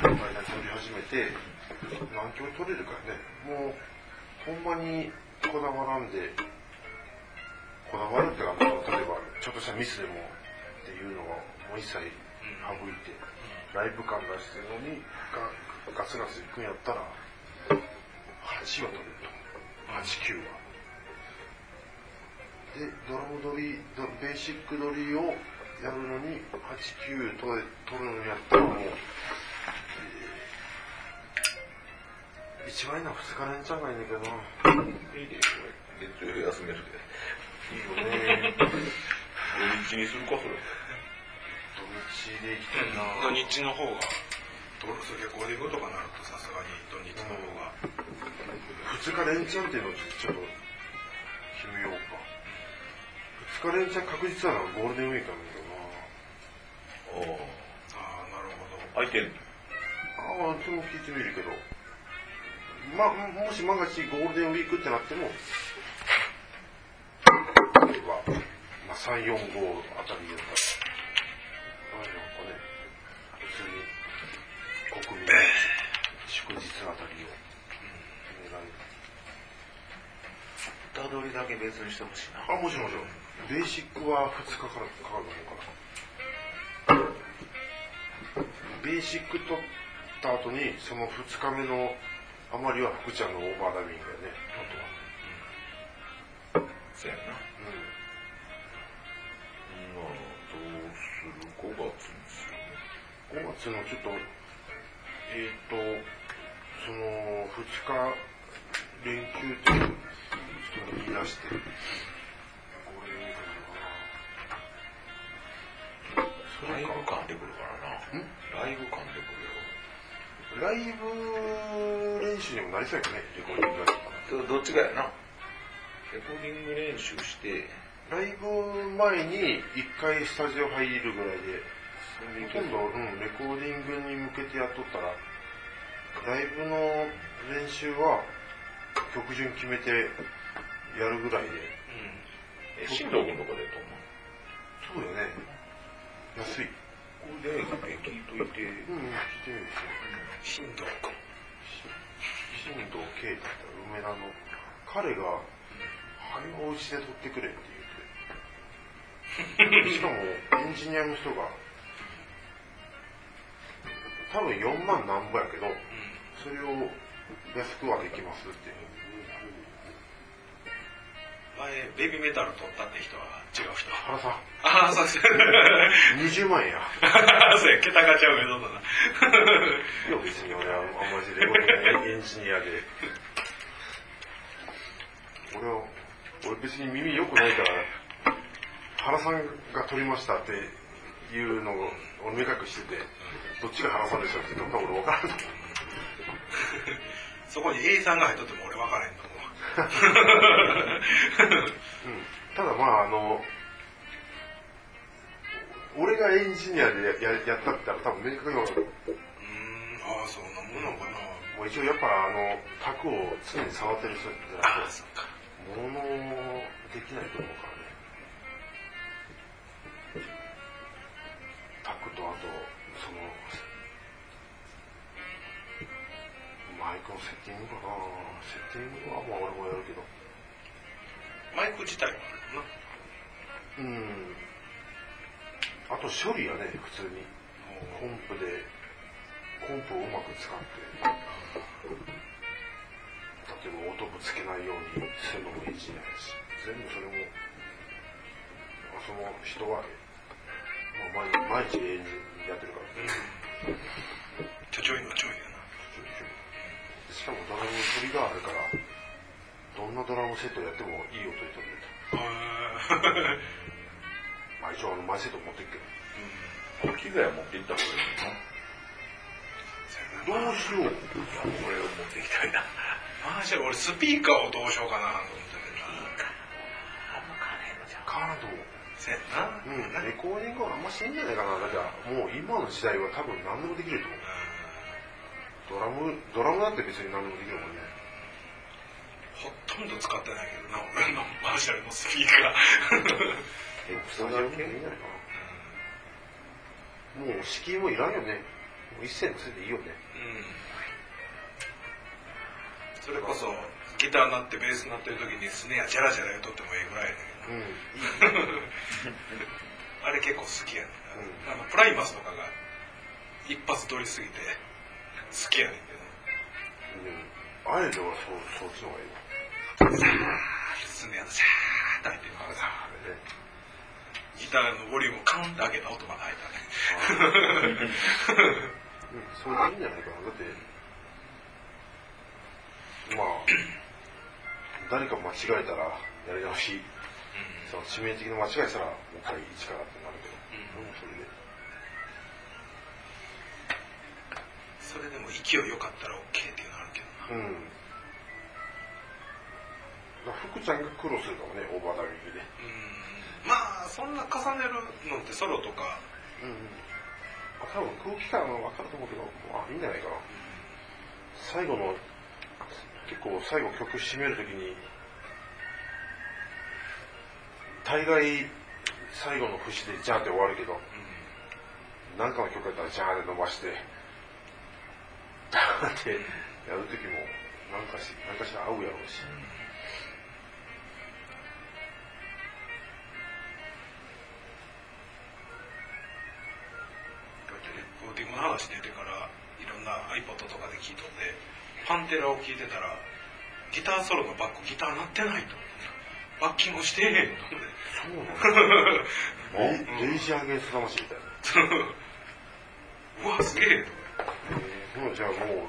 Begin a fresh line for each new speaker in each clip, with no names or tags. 段階で遊び始めて何球取れるかねもうほんまにこだわらんでこだわるっていうかまあ例えばちょっとしたミスでもっていうのはもう一切省いてライブ感出してるのにがガスガスいくんやったら8は取れると89は。でドラム取りドベーシック取りをやるのに89取れ取るのやったらもう、えー、一番いいのは2日連チャンがいいんだけどない
いでしょ月曜休めるで
いいよね
土
土
日にするかそれ
日で行きたいな
土日の方が登録するレコーディングとかになるとさすがに土日の方が
2日連チャンっていうのをちょっと決めようか2日連チャン確実なのはゴールデンウィークなんだけど
お
な
ああなるほど
空いてんの
ああそれも聞いてみるけどまもし万が一ゴールデンウィークってなっても例えば、まあ、345あたりだったらあれなんかね普通に国民の祝日あたりを狙い
歌取りだけ別にしてほしいな
あもちろんもちろんベーシックは2日からかかるのかなベーシック取った後にその2日目のあまりは福ちゃんのオーバーダビングやねあとは
せやなまあどうする5月にする
うん5月のちょっとえっ、とその2日連休っていう人に言い出してこれいいかなそ
ラ
れ
イブ
か
感でくるからなライブ感でくるよ
ライブ練習にもなりそうやけどね、レコーディングだとか。
どどっちかやなレコーディング練習して
ライブ前に一回スタジオ入るぐらいで、ほとんど、うん、レコーディングに向けてやっとったら、ライブの練習は曲順決めてやるぐらいで、
え進藤君とかでと思う
そうだよね。安い。
これで聞いといて
うん、来てるんですよ。
進藤君
新藤圭だった梅田の彼が「早うちで撮ってくれ」って言ってしかもエンジニアの人が多分4万なんぼやけどそれを安くはできますって
前ベビーメタル撮ったって人は違う人
原さん
ああそう です
20万円や
そうや桁がちゃうけどな
いや別に俺はあんまりレゴのエンジニアで俺は俺別に耳良くないから原さんが取りましたっていうのを俺目隠しててどっちが原さんでしょうってどっか俺分からんの
そこに A さんが入っとっても俺分からへんと思う
ただまああの俺がエンジニアでやややったって言ったら多分明確なの
うんああそんなもんなんかな
もう一応やっぱあの核を常に触ってる人って
ああそっか
物できないと思うからねタクとあとそのマイクのセッティングかなセッティングはまあ俺もやるけど
マイク自体もあるもんな
うんあと処理やね普通にコンプでコンプをうまく使って例えば音ぶつけないようにするのもいいしないし全部それもまあその人は、まあ、毎日毎日エンジンやってるから、
ちょちょいのちょいやな
しかもドラムの振りがあるからどんなドラムセットやってもいい音に取れると
へ
まあ一応あのマイセット持ってくけ
機材は持って行った方がいいな
どどうしよう
これを持っていきたいな
ーマジで俺スピーカーをどうしようかなと思ってた
カードを
せやな
うん、レコーディングはあんましないんじゃないかな。だから、もう今の時代は多分何でもできると思う。ドラム、ドラムなんて別に何でもできるもんね。
ほとんど使ってないけどな俺のマーシャルのスピーカー
エクスタジオ系いいんじゃないかな。もう敷居もいらんよね。
う
う一切のせいでいいよね
うんそれこそギターなってベースなってる時にスネアジャラジャラ言うとってもええぐらいやねん けど
うんいい
あれ結構好きやねん
う
な、あのプライマスとかが一発通り過ぎて好きやねんけど
うんあえてはそうそっちの方がいいわ
スネアのシャーって入ってるからさ
あれね
ギターのボリュームをカウンって上げた音が入ったね
うんそれがいいんじゃないかなだってまあ誰か間違えたらやり直しその致命的な間違いしたらもう一回一からってなるけど、
うん
うんそれで
それでも勢い良かったら OK っていうのあるけどな
うんだから福ちゃんが苦労するかもねオーバーダビングで
うんまあそんな重ねるのってソロとか
うんあ多分空気感は分かると思うけどまあいいんじゃないかな最後の結構最後曲締めるときに大概最後の節でジャーって終わるけど
う
何かの曲やったらジャーで伸ばして ジャーってやるときも何かし何かしら合うやろうし
こうやってレコーディングの話出てからいろんな iPod とかで聴いとってパンテラを聴いてたらギターソロのバックギター鳴ってないとバッキングしてへんと思って
そうなんだレイレイジアゲンス魂みたいな
うわすげえと
も
思って
うじゃあもう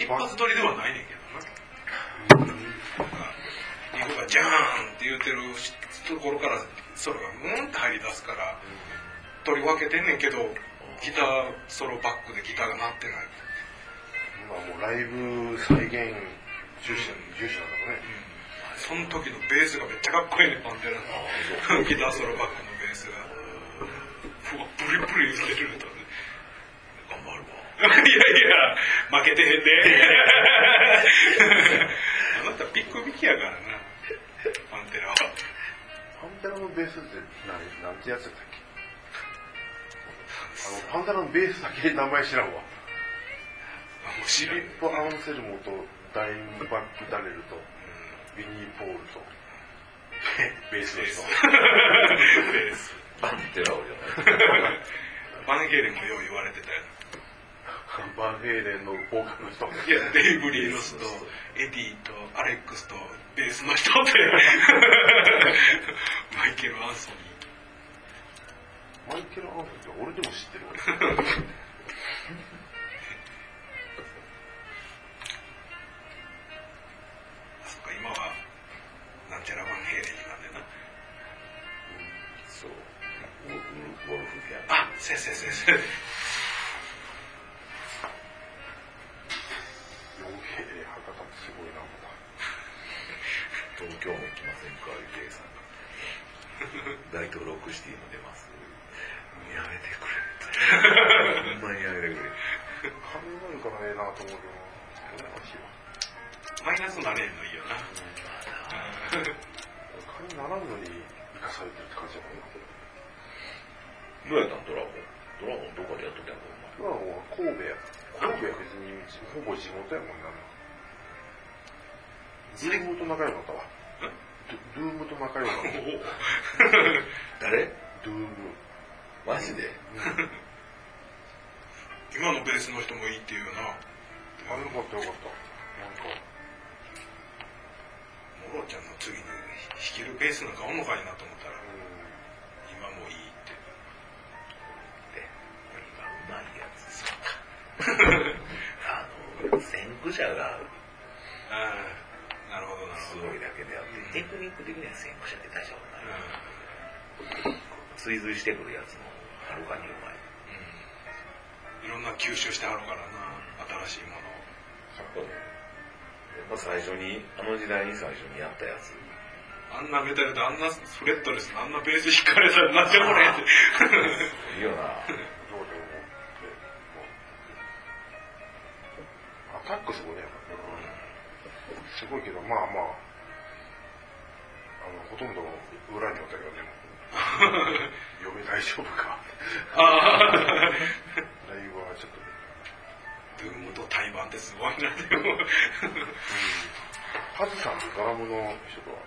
一発撮りではないねんけどななんかリフがジャーンって言うてるところからソロがうんって入り出すから取り分けてんねんけどギターソロバックでギターが鳴ってない
今もうライブ再現重視重視なんだろうね
その時のベースがめっちゃかっこいいねパンテラの
あ
ギターソロバックのベースがうわブリブリ言ってると思って頑張るわいやいや負けてへんであなたピック引きやからなパンテラは
パンテラのベースって何なんてやつだったっけあのパンテラのベースだけ名前知らんわ
面
フ
白
ィ
い
リップ・アンセルモとダイムバック・ダレルとビニー・ポールとベベースの人
ベース
パンテラをじゃない。
バンヘイレンもよう言われてたよ
バンヘイレンのボーカルの人
いやデイブ・リーノスとエディとアレックスとベースの人って マイケル・アンソニー
マイケル・アンセルって俺でも知ってるわ
そっか今はなんちゃらバンヘイレンになんだよな
そう。ウォルフギャン。
あせやせやせやせや
4平米博多ってすごいなまだ
東京も来ませんか、ゆけいさんが。大東ロックシテ ィも出ます。やめてくれ。ほんまにやめてくれ。
金ないからええなと思うけ どな羨ましいわ
マイナスなれへんのいいよな
金ならんのに生かされてるって感じだもんな
どうやったんドラゴン。ドラゴンどこでやっとったんやろ、
まあもう神戸や神戸は別にほぼ地元やもんなズームと仲良かったわドドゥームと仲良かった
おお
お前。誰
ド ゥーム
マジで
今のベースの人もいいっていうよな
あよかったよかったなんか
モロちゃんの次に弾けるベースなんかおんのかいなと思ったら
う
今もいいって
今うまいやつ。 そうか。あの、先駆者が
ああなるほどなる
す
ほど
ごいだけであって、テクニック的には先駆者って大したことない。追随してくるやつのはるかにうまい。
うんいろんな吸収してはるからな新しいものを
やっぱ最初に、あの時代に最初にやったやつ。
あんなメタルであんなフレットレスであんなベース弾かれたらなんじゃこれって
いいよ な。
んどうでもアタックすごいねやっぱすごいけどまあまああのほとんど裏におったけどね嫁大丈夫か
ああ
だいドラムの人とは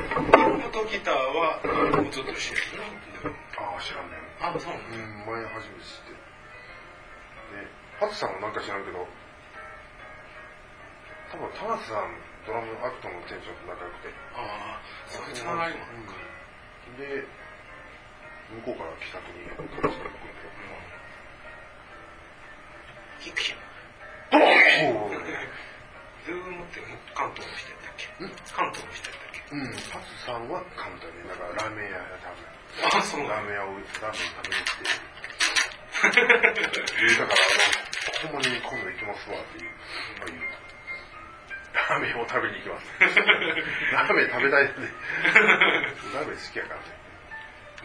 やらなかっ
元ギターはもうちょっとしてるな
たああ知らんね
あそう
うん前初めて知ってでハトさんはなんか知らんけど多分田中さんドラムアクトのテンションと仲良くて
ああそういうつながりもあるか
で向こうから帰宅に田中さんが来るんだよ
ヒクシン
おー
ズームって関東の人やったっけ関東の人やったっ
うん、パツさんは関東で、なんかラーメン屋や多分。
けあそう
ラ
だ
ーメン屋を、ラーメン食べに来て。だから、あの、ほんまに今度行きますわっていう。まあ言うラーメンを食べに行きます。ラーメン食べたいって。ラーメン好きやか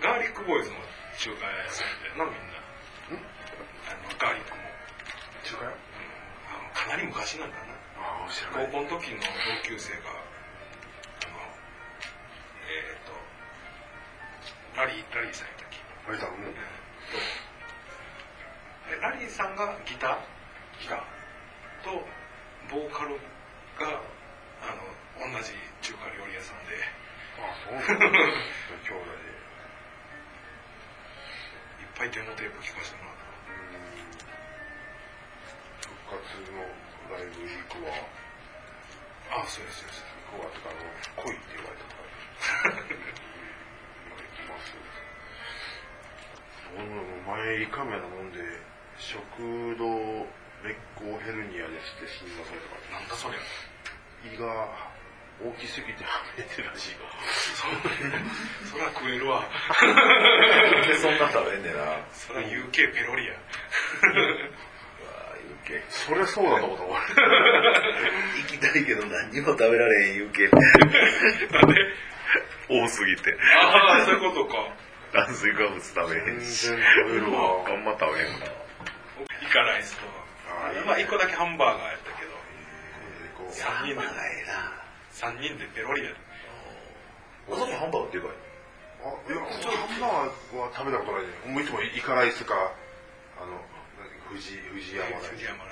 らね。
ガーリックボーイズの中華屋さんだよなみんなあのガーリックも
中華屋
あのかなり昔なんだな
ああ、知ら
高
ない。
校の時の同級生が、あの、えっ、と、ラリー、ラリーさんやったっけ
あれさん、うん。
えラリーさんがギタ
来
ー
た。
と、ボーカルが、あの、同じ中華料理屋さんで、
ああ、そうなんだ。兄弟で。
いっぱいデモテープ聞かせてもらった。
うーん復活のライブ行くわ。
あそうです、そうです。
行くわとか、あの、来いって言われたから。まあ行きます。僕も前、胃カメラ飲んで、食道劣行ヘルニアですって死んだそうとか、
なんだそれ。
胃が大きすぎてはめてるらしいよ。
そそら食えるわ。
でそんなん食べんねんな。うわ
そら UK ペロリや。
ー、有形。
そりゃそうだと思った、俺。
行きたいけど何にも食べられへん有形。
なんで
多すぎて。
ああ、そういうことか。
炭水化物食べへんし。
全然食べるわ。
あんま食べへんな。
イカライスと、
あー
まあ一個だけハンバーガーやったけど、
こう
3人で、
えな。
三人でペロリや
おさハンバーグでかい。
あいや、ちょっとハンバーガーは食べたことないね。もういつもイカライスか、あの、富士、富士山ライス
藤山ラ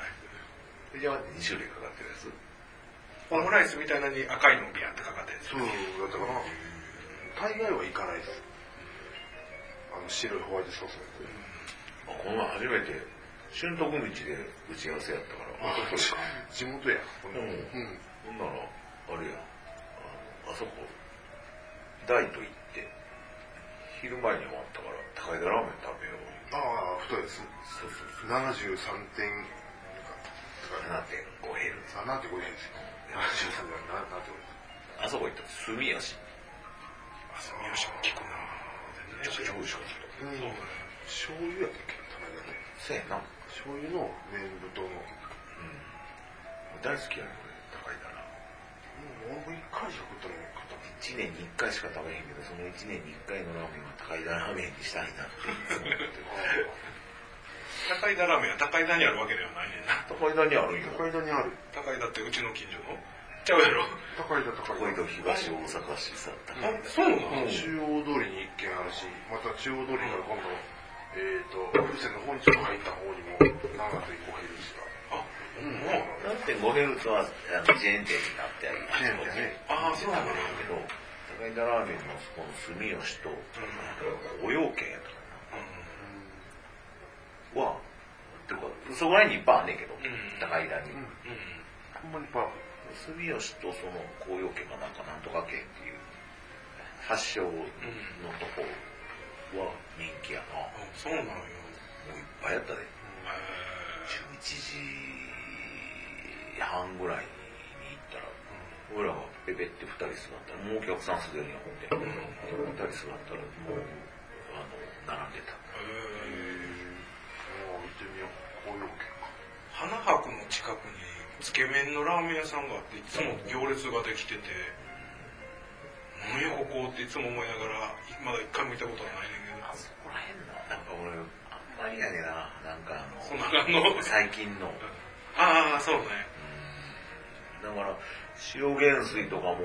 イ
いや、2種類かかってるやつ。
ス。オムライスみたいなのに赤いのビャーってかかってるんです
そうだったかな。大概はイカライス。あの、白いホワイトソースのや
あこの前初めて、俊徳道で打ち合わせやったから。あ、そうか。
つ。地元や。
うん
うん。
ほんなら、あれや、あの、あそこ、大と行って、昼前に終わったから、高井田ラーメン食べよう。
ああ、太いです。
そうそうそう。
73点、
7.5ヘルツ。
7.5点ですよ。73点、7.5点。
あそこ行った住吉。
あ、そう、よし、聞くな全然美味しかった。
うん
そうね。
醤油やったっけたまにだね。
せやな。うん。
醤油の麺太の。も
大好きやね、俺、高井田ラーメン。
う俺も一回しか食ったのよ、片方
1年に1回しか食べへんけど、その1年に1回のラーメンは高井田ラーメンにしたい なってい つも思ってる。
高井田ラーメンは高井田にあるわけではないねんな。
高井田にあるんよ。
高井田にある。
高井田ってうちの近所のちゃうやろ。
高井田、高
高
井田
井戸。東大阪市さ、高井田。
そうなの
中央通りに一軒あるし、また中央通りから今度、えっ、と、風船の本町入った方にも、長と一個ヘルスが。
あ、
うん、
もう
7.5ヘルツはあのチェーン店になってあります
チェーン店ね
ああ、そうな
なん
の
だけど、高井田ラーメンのそこの住吉と、お用件やったかな。は、てか、そこら辺にいっぱいあんねんけど、
ん
高井田に。
うん。うん。
ほんまにパーフ
住吉とその紅葉家かなんかなんとか家っていう発祥のとこは人気やな、
あそうなのよ。
もういっぱいやったで
へ
11時半ぐらいに行ったら、俺らがペペって2人座ったらもうお客さんすでにほんで、2人座ったらもうあの並んでた
え。へえ。
ェもう行ってみよう。こういう
花博の近くにつけ麺のラーメン屋さんがあっていつも行列ができてて何やここっていつも思いながらまだ一回も行ったことはないねんけど
そこらへんななんか俺あんまりやねんななんかあの
そんな感じの
最近の
ああそうね
だから塩原水とかも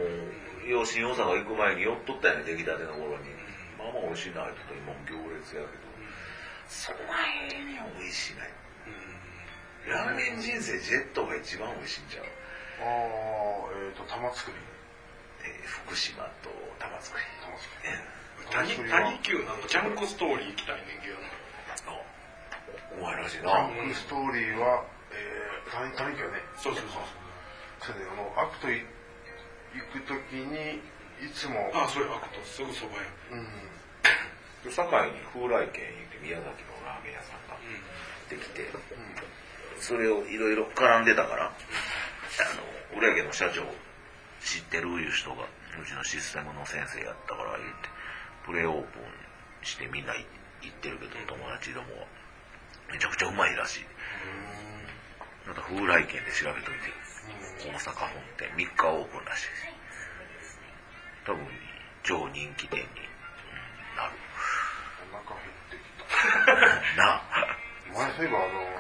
養親大阪行く前に寄っとったやね出来たての頃にまあまあ美味しいなって言ったら今も行列やけどそこら辺には美味しいな
うん
ラーメン人生ジェットが一番美味しいんちゃう
ああえっ、と玉作り
えー福島と玉造り
玉作り
谷谷級なのジャンクストーリー行きたいねんけどな
のお前らしいな
タンクストーリーは、えー、谷谷家ね
そうそうそ
そう
う
ねあのアクトい行くときにいつも
あそれ開くとすぐそばや
うん
で堺に風来軒行って宮崎のラーメン屋さんが
うん
できて、それをいろいろ絡んでたからあの浦家の社長知ってるいう人がうちのシステムの先生やったから言ってプレオープンしてみんな行ってるけど友達どもはめちゃくちゃうまいらしいまた風来軒で調べといて大阪本店3日オープンらしいです多分超人気店にうんなる
お腹減ってきた
な
前そういえばあの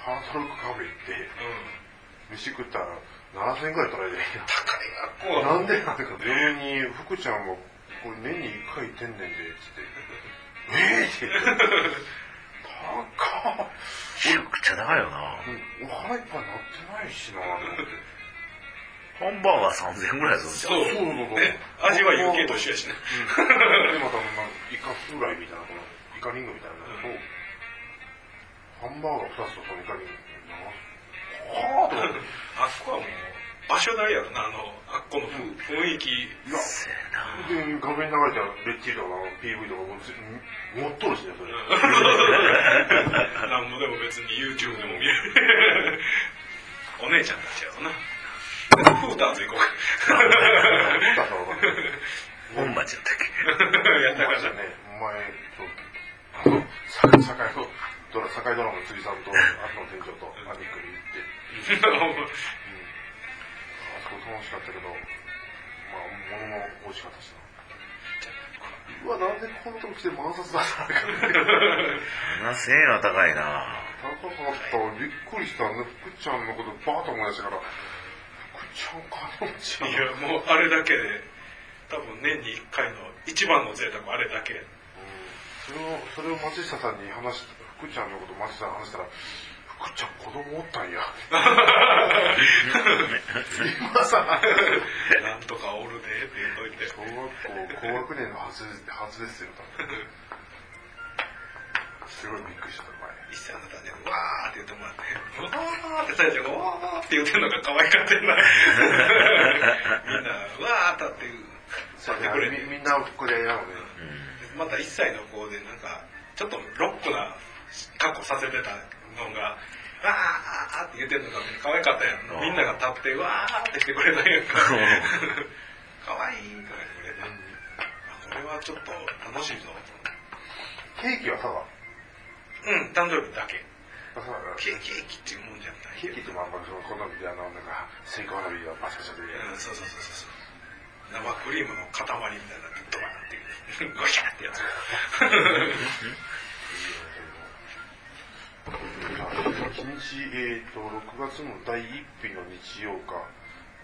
ハートロックカフェ行って飯食ったら7000円くらい取られて
高い学校
なんでなんか病院に福ちゃんはこれ年に1回行ってんねんでっつってええって言って高っ
めちゃくちゃ高いよな
お腹いっぱいなってないしな
ハンバーガー3000円ぐらいするんじゃん
そうそう
そう
そう
ね味は有形と一緒やしね
でまたこんなイカフライみたいなこのイカリングみたいなのと、ハンバーガー2つとそのイカリングはあと思って
あそこはもう場所代やろなあのあっこの雰雰囲気
いや
せやな
で画面流れてるレッチリとかの PV とかもうず持っとるしねそれ
なんぼでも別に YouTube でも見れるお姉ちゃんたちやろなフーターズ行こうか
見たさわかんない
本町やったっけ
やったか
前
じゃ
ね前そうあのさ堺のドラ堺ドラマの辻さんとあとの店長とアニクに行ってあそこ楽しかったけどまあ物も美味しかったしなうわなんでこんなとこ来て満札出さないかな
7000円は高いな
高かったわびっくりしたね福ちゃんのことバーッと思い出したから福ちゃん金持ち
い
やな
やもうあれだけで多分年に1回の一番の贅沢はあれだけ
それをそれを松下さんに話し福ちゃんのこと松下さんに話したら福ちゃん子供おったんや 今さ
なんとかおるでって言っといて
小学校高学年のはずはずですよ多分すごいびっくりした前
一切あなたねうわーって言ってもらってうわーって最初がうわーって言ってるのが可愛かったよなみんなうわーったっていう
そう
やってくれ
みみんなこれやろうね
また1歳の子でなんかちょっとロックな格好させてたのが「わー」って言ってるのが可愛かったやん
あー
みんなが立って「わー」ってしてくれたやんか
うん
可愛いとか言ってくれたあこれはちょっと楽しいぞ
ケーキはただ
うん誕生日だけ
ただ
ケーキケーキっていうもんじゃない
ケーキってまあまあその好みであのなんかスイカ花火がバシャバシャで
うんそうそうそうそうそう生クリームの塊みたいなドバーンっていうね ゴシャーってやつ
日にち、えー、と6月の第1日の日曜か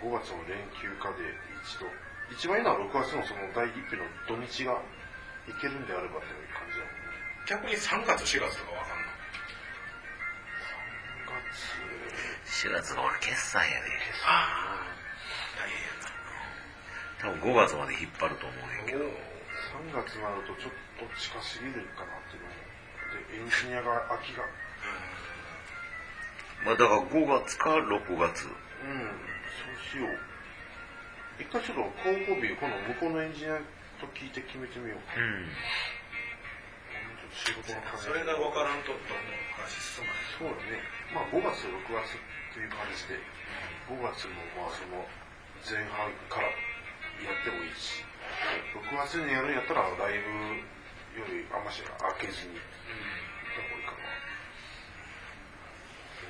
5月の連休かで一度一番いいのは6月のその第1日の土日が行けるんであればという感じだもんね
逆に3月4月とかわかんない
5月
4月が俺決算やで
ああ大変やな
多分5月まで引っ張ると思うねんけど
3月になるとちょっと近すぎるかなっていうのもでエンジニアが秋が
まあだから5月か6月
うんそうしよう一回ちょっと広報日今度向こうのエンジニアと聞いて決めてみようか
うん
仕事の話
それが分からんとどんどん話進まない
そうだね、まあ、5月、6月っていう感じで、5月もまあその前半からやってもいいし、6月にやるんやったら、ライブよりあんまし開けずに、行った方がいいかな。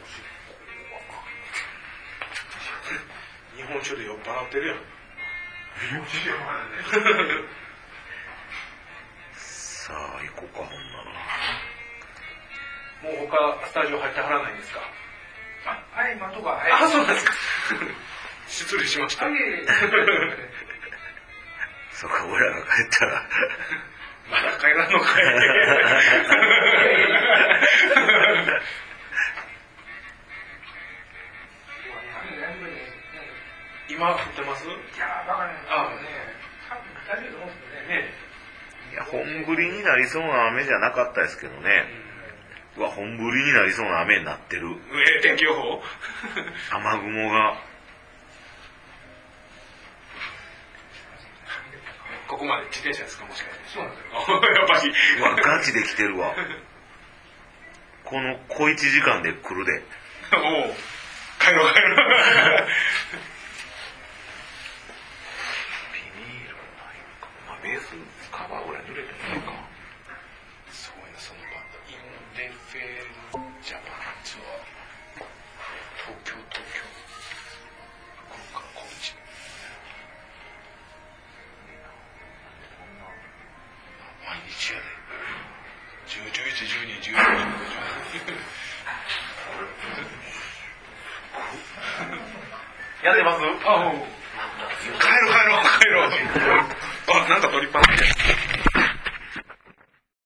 もし
日本酒で酔っ払ってるやん
さあ行こうかほんなら
もう他スタジオ入ってはらないんですか
あ、はい、今んとこは、はい。
あそうなんですか失礼しました
はい
ま
そっか俺らが帰ったら
だ帰らんのかい
はい
今振ってます
いやー、バカね。
あ
ね。多分大丈夫だと思うんですけどね。
ね
いや、本降りになりそうな雨じゃなかったですけどね。うわ、本降りになりそうな雨になってる。
えー天気予報
雨雲が。
ここまで自転車ですかもしかして
そうなんですよ。
やっぱり
うわ、ガチで来てるわ。この小1時間で来るで。
おう帰ろう帰ろう
ビニールないか。まあ、ベースカバーぐらい濡れてないか。
すごいなそのバンドインデフェジャパンツアー東京東京福岡高知毎日やで10 11、12、13、14
やってます
帰ろう帰ろう帰ろう